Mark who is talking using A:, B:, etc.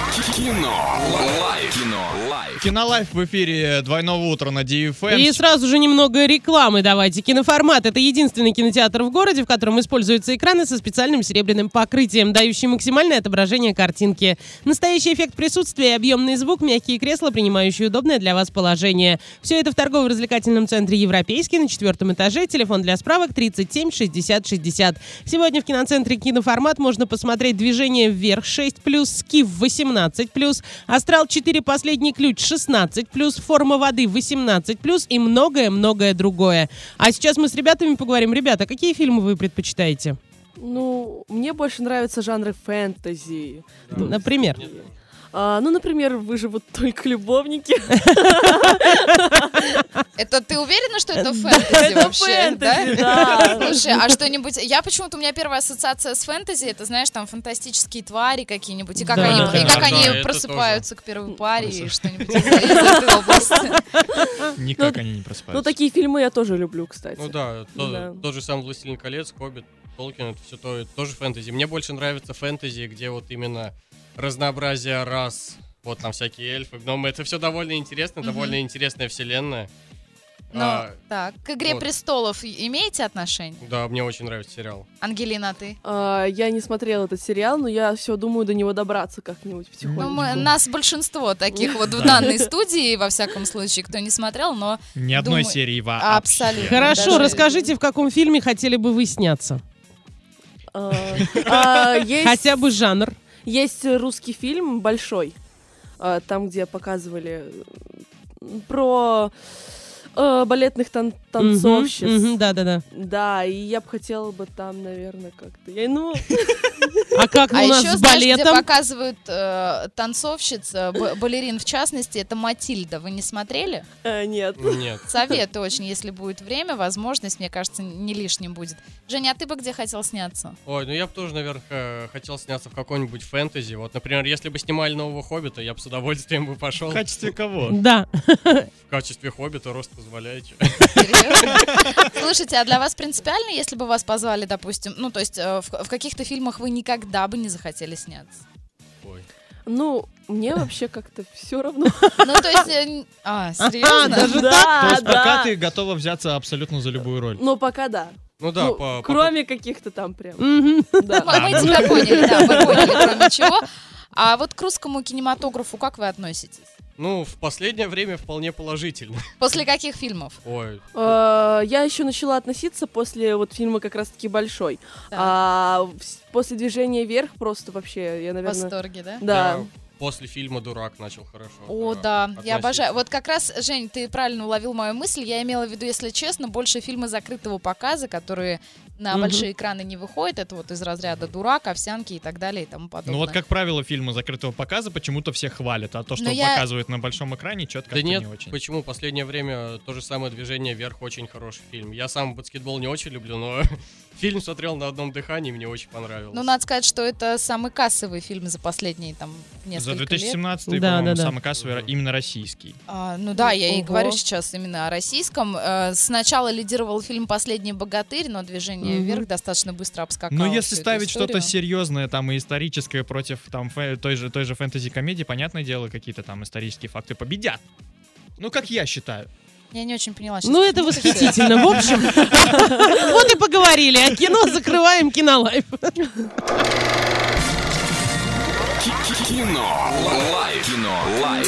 A: Кино. Лайф. Кино. Лайф.
B: Кинолайф в эфире двойного утра на Эм. DFM.
C: И сразу же немного рекламы давайте. Киноформат — это единственный кинотеатр в городе, в котором используются экраны со специальным серебряным покрытием, дающие максимальное отображение картинки. Настоящий эффект присутствия, объемный звук, мягкие кресла, принимающие удобное для вас положение. Все это в торгово-развлекательном центре «Европейский» на четвертом этаже. Телефон для справок 37 60 60. Сегодня в киноцентре «Киноформат» можно посмотреть «Движение вверх» 6+, «Скиф» 18+, «Астрал 4. Последний ключ» 16+, «Форма воды» 18+, и многое-многое другое. А сейчас мы с ребятами поговорим. Ребята, какие фильмы вы предпочитаете?
D: Ну, мне больше нравятся жанры фэнтези.
C: Например.
D: А, ну, например, выживут только любовники.
E: Это ты уверена, что это фэнтези вообще?
D: фэнтези,
E: да?
D: да.
E: Слушай, а что-нибудь... Я почему-то, у меня первая ассоциация с фэнтези, это, знаешь, там фантастические твари какие-нибудь, и как
C: Да.
E: они, и
B: Да,
E: как
B: да,
E: они
B: это
E: просыпаются к первой паре, и что-нибудь из из этой
B: А,
E: области.
B: Никак
D: Ну,
B: они не
D: Ну,
B: просыпаются.
D: такие фильмы я тоже люблю, кстати.
F: Ну да, то,
D: Да.
F: тот же сам «Властелин колец», «Хоббит», «Толкин» — это все то, тоже фэнтези. Мне больше нравится фэнтези, где вот именно разнообразие рас, вот там всякие эльфы, гномы. Это все довольно интересно,
E: Мгм.
F: довольно интересная вселенная.
E: Но,
F: А,
E: так, к «Игре
F: вот.
E: престолов» и- имеете отношение?
F: да, мне очень нравится сериал.
E: Ангелина, а ты?
D: А, я не смотрела этот сериал, но я все думаю до него добраться как-нибудь потихоньку.
E: Ну, мы- нас большинство таких вот в данной студии, во всяком случае, кто не смотрел, но
B: Ни одной
E: думаю-
B: серии вообще.
E: Абсолютно.
C: Хорошо,
E: Даже-
C: расскажите, в каком фильме хотели бы вы сняться?
D: А, а, есть-
C: Хотя бы жанр.
D: Есть русский фильм большой, а, там, где показывали э, про э, балетных тан- танцовщиц.
C: Мгм, мгм, Да-да-да.
D: Да, и я бы хотела бы там, наверное, как-то. Я, ну,
C: А как у
E: А
C: нас
E: еще,
C: с
E: знаешь, где
C: балетом?
E: показывают э, танцовщиц, э, б- балерин в частности, это Матильда. Вы не смотрели?
D: э, нет.
F: Нет.
E: Советую очень, если будет время, возможность, мне кажется, не лишним будет. Женя, а ты бы где хотел сняться?
F: Ой, ну я бы тоже, наверное, хотел сняться в какой-нибудь фэнтези. Вот, например, если бы снимали нового «Хоббита», я бы с удовольствием бы пошел.
B: В качестве кого?
C: Да.
F: В качестве «Хоббита» рост позволяете.
E: Серьезно? Слушайте, а для вас принципиально, если бы вас позвали, допустим, ну, то есть э, в в каких-то фильмах вы никогда бы не захотели сняться?
F: Ой.
D: Ну, мне вообще как-то все равно.
E: Ну, то есть... э, н- А, серьезно?
B: То
D: Да,
B: есть пока
D: да.
B: ты готова взяться абсолютно за любую роль.
D: Но пока да.
F: Ну да,
D: Ну,
F: по, по-
D: кроме каких-то там прям.
C: Мгм.
D: Да.
E: Ну, Мы мы тебя поняли, да, мы поняли, кроме чего. А вот к русскому кинематографу как вы относитесь?
F: Ну, в последнее время вполне положительно.
E: После каких фильмов?
F: Ой,
D: Э, Я еще начала относиться после вот фильма как раз-таки большой.
E: Да,
D: А вс- после движения вверх просто вообще, я,
E: В
D: наверное...
E: восторге, да?
D: Да.
F: Я после фильма «Дурак» начал хорошо.
E: О,
F: э,
E: да, я
F: относиться.
E: обожаю. Вот как раз, Жень, ты правильно уловил мою мысль. Я имела в виду, если честно, больше фильмы закрытого показа, которые на
C: Мгм.
E: большие экраны не выходят. Это вот из разряда «Дурак», «Овсянки» и так далее и тому подобное.
B: Ну вот, как правило, фильмы закрытого показа почему-то все хвалят, а то, что
E: Но я-
B: показывают на большом экране, четко
F: Да нет,
B: не очень.
F: почему? Последнее время то же самое «Движение вверх» очень хороший фильм. Я сам баскетбол не очень люблю, но фильм смотрел на одном дыхании, мне очень понравилось.
E: Ну, надо сказать, что это самый кассовый фильм за последние там несколько
B: За
E: лет.
B: 2017
C: Да,
B: по-моему,
C: да, да.
B: самый кассовый, именно российский.
E: А, ну да, я и
D: Ого.
E: говорю сейчас именно о российском. Э, Сначала лидировал фильм «Последний богатырь», но движение
C: Мгм.
E: вверх достаточно быстро обскакало.
B: Но Ну, если
E: всю эту
B: ставить что-то
E: историю.
B: серьезное, там, и историческое против там, фэ- той, же, той же фэнтези-комедии, понятное дело, какие-то там исторические факты победят. Ну, как я считаю.
E: Я не очень поняла.
C: Ну,
E: сейчас,
C: это
E: потому что-
C: восхитительно. В общем, вот и поговорили о кино. Закрываем кинолайф.
A: Кино. Лайф. Кино. Лайф.